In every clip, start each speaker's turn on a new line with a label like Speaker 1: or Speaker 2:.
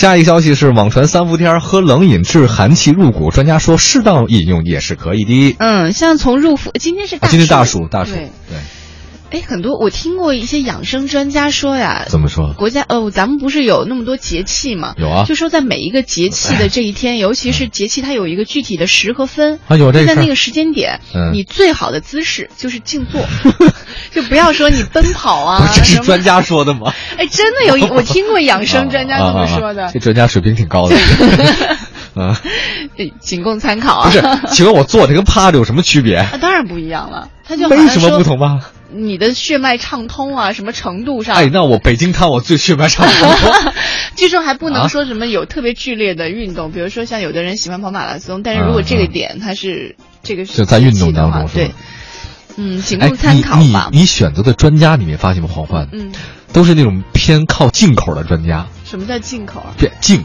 Speaker 1: 下一个消息是，网传三伏天儿喝冷饮致寒气入骨，专家说适当饮用也是可以的。
Speaker 2: 嗯，像从入伏，今天是
Speaker 1: 啊，
Speaker 2: 大暑、
Speaker 1: 今天大暑，大暑，
Speaker 2: 对
Speaker 1: 对，
Speaker 2: 哎，很多我听过一些养生专家说呀，
Speaker 1: 怎么说？
Speaker 2: 国家呃，咱们不是有那么多节气嘛？
Speaker 1: 有啊嗯
Speaker 2: 就说在每一个节气的这一天，尤其是节气，它有一个具体的时和分。
Speaker 1: 啊有这
Speaker 2: 就在
Speaker 1: 事儿
Speaker 2: 那个时间点，
Speaker 1: 嗯
Speaker 2: 你最好的姿势就是静坐， 就不要说你奔跑啊
Speaker 1: 不是这
Speaker 2: 什
Speaker 1: 是
Speaker 2: 么。
Speaker 1: 专家说的吗？
Speaker 2: 哎，真的 有一，我听过养生专家这么说
Speaker 1: 啊啊啊
Speaker 2: 的
Speaker 1: 啊，这专家水平挺高 的。啊，
Speaker 2: 对仅供参考啊。
Speaker 1: 不是，请问我坐着跟趴着有什么区别？
Speaker 2: 啊，当然不一样了，他就好像
Speaker 1: 没什么
Speaker 2: 说
Speaker 1: 不同吧？
Speaker 2: 你的血脉畅通啊，什么程度上？
Speaker 1: 哎，那我北京滩我最血脉上 头。
Speaker 2: 据说还不能
Speaker 1: 啊
Speaker 2: 说什么有特别剧烈的运动，比如说像有的人喜欢跑马拉松，但是如果这个点它是、这个是
Speaker 1: 就在运动当中
Speaker 2: 记的话
Speaker 1: 是
Speaker 2: 对
Speaker 1: 吧，
Speaker 2: 嗯，仅
Speaker 1: 哎
Speaker 2: 供参考
Speaker 1: 你
Speaker 2: 吧。
Speaker 1: 你你选择的专家，你没发现吗，黄欢？
Speaker 2: 嗯，
Speaker 1: 都是那种偏靠进口的专家，
Speaker 2: 什么叫进口啊？
Speaker 1: 偏进。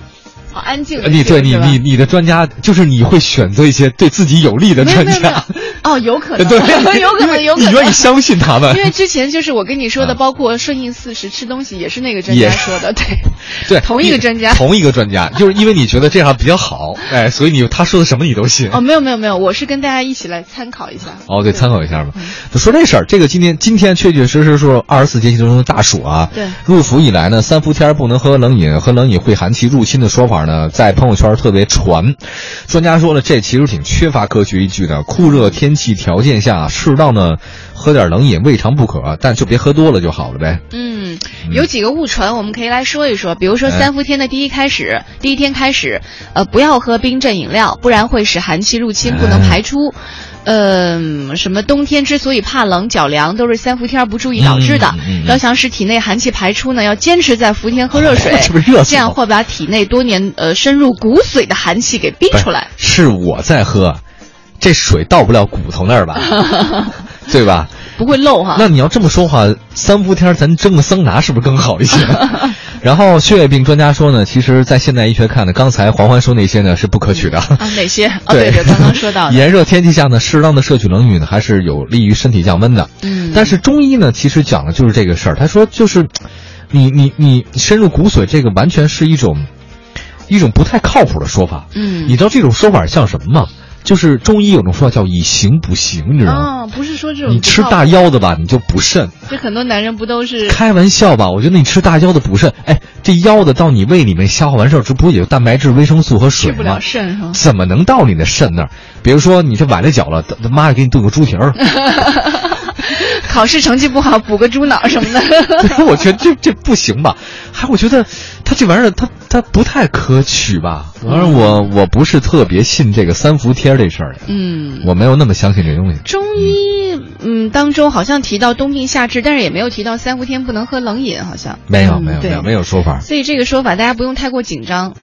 Speaker 2: 好安静的
Speaker 1: 呃你
Speaker 2: 进
Speaker 1: 对 你
Speaker 2: 吧
Speaker 1: 你你的专家，就是你会选择一些对自己有利的
Speaker 2: 没有
Speaker 1: 专
Speaker 2: 没有没有
Speaker 1: 家。
Speaker 2: 哦，有可能，
Speaker 1: 对，
Speaker 2: 有可能，有
Speaker 1: 因
Speaker 2: 可
Speaker 1: 为
Speaker 2: 能，
Speaker 1: 你愿意相信他们
Speaker 2: 因。为之前就是我跟你说的，
Speaker 1: 嗯
Speaker 2: 包括顺应四时吃东西也是那个专
Speaker 1: 也
Speaker 2: 家
Speaker 1: 是
Speaker 2: 说的，对，
Speaker 1: 对，
Speaker 2: 同一个专家
Speaker 1: 你同一个专家，就是因为你觉得这样比较好，哎，所以你他说的什么你都信。
Speaker 2: 哦，没有没有没有，我是跟大家一起来参考一下。
Speaker 1: 哦，对，参考一下吧
Speaker 2: 嗯。
Speaker 1: 就说这事儿，这个今天今天确确实实说二十四节气中的大暑啊。
Speaker 2: 对
Speaker 1: 入伏以来呢，三伏天儿不能喝冷饮，喝冷饮会寒气入侵的说法呢，在朋友圈特别传。专家说了，这其实挺缺乏科学依据的。酷热天气条件下，适当的喝点冷饮未尝不可，但就别喝多了就好了呗。
Speaker 2: 嗯，有几个误传，我们可以来说一说。比如说
Speaker 1: 哎
Speaker 2: 三伏天的第一开始，第一天开始，呃，不要喝冰镇饮料，不然会使寒气入侵，不能排出。
Speaker 1: 哎
Speaker 2: 嗯，什么冬天之所以怕冷、脚凉，都是三伏天不注意导致的
Speaker 1: 嗯嗯嗯嗯。，
Speaker 2: 要想使体内寒气排出呢，要坚持在伏天喝热水
Speaker 1: 这不热死了
Speaker 2: 这样会把体内多年呃深入骨髓的寒气给逼出来。
Speaker 1: 是我在喝，这水到不了骨头那 儿吧？对吧？
Speaker 2: 不会漏哈。
Speaker 1: 哎 那你要这么说话，三伏天儿咱蒸个桑拿是不是更好一 些？然后血液病专家说呢，其实，在现代医学看呢，刚才黄欢说那些呢是不可 取的。
Speaker 2: 啊，哪些？哦，对对，刚刚说到的。
Speaker 1: 炎热天气下呢，适当的摄取冷饮呢还是有利于身体降温的。
Speaker 2: 嗯，
Speaker 1: 但是中医呢，其实讲的就是这个事儿。他说，就是你你你深入骨髓，这个完全是一种一种不太靠谱的说法。
Speaker 2: 嗯
Speaker 1: 你知道这种说法像什么吗？就是中医有种说法叫以形补形，你知道吗？
Speaker 2: 啊，不是说这种
Speaker 1: 你吃大腰子吧，你就补肾。
Speaker 2: 这很多男人不都 是
Speaker 1: 开玩笑吧，我觉得你吃大腰子补肾，哎，这腰子到你胃里面消化完事儿，这不也就蛋白质、维生素和水
Speaker 2: 吃不了
Speaker 1: 吗？
Speaker 2: 肾 是吗？
Speaker 1: 怎么能到你的肾那儿？比如说你这崴了脚了，他他妈的给你炖个猪蹄 儿，
Speaker 2: 考试成绩不好，补个猪脑什么的。
Speaker 1: 对我觉得这这不行吧？还我觉得他这玩意儿他他不太可取吧？反正我我不是特别信这个三伏贴儿这事儿，
Speaker 2: 嗯，
Speaker 1: 我没有那么相信这东西。
Speaker 2: 中医嗯当中好像提到冬病夏治，但是也没有提到三伏天不能喝冷饮，好像
Speaker 1: 没有没有
Speaker 2: 嗯
Speaker 1: 没有
Speaker 2: 对
Speaker 1: 没有说法，
Speaker 2: 所以这个说法大家不用太过紧张。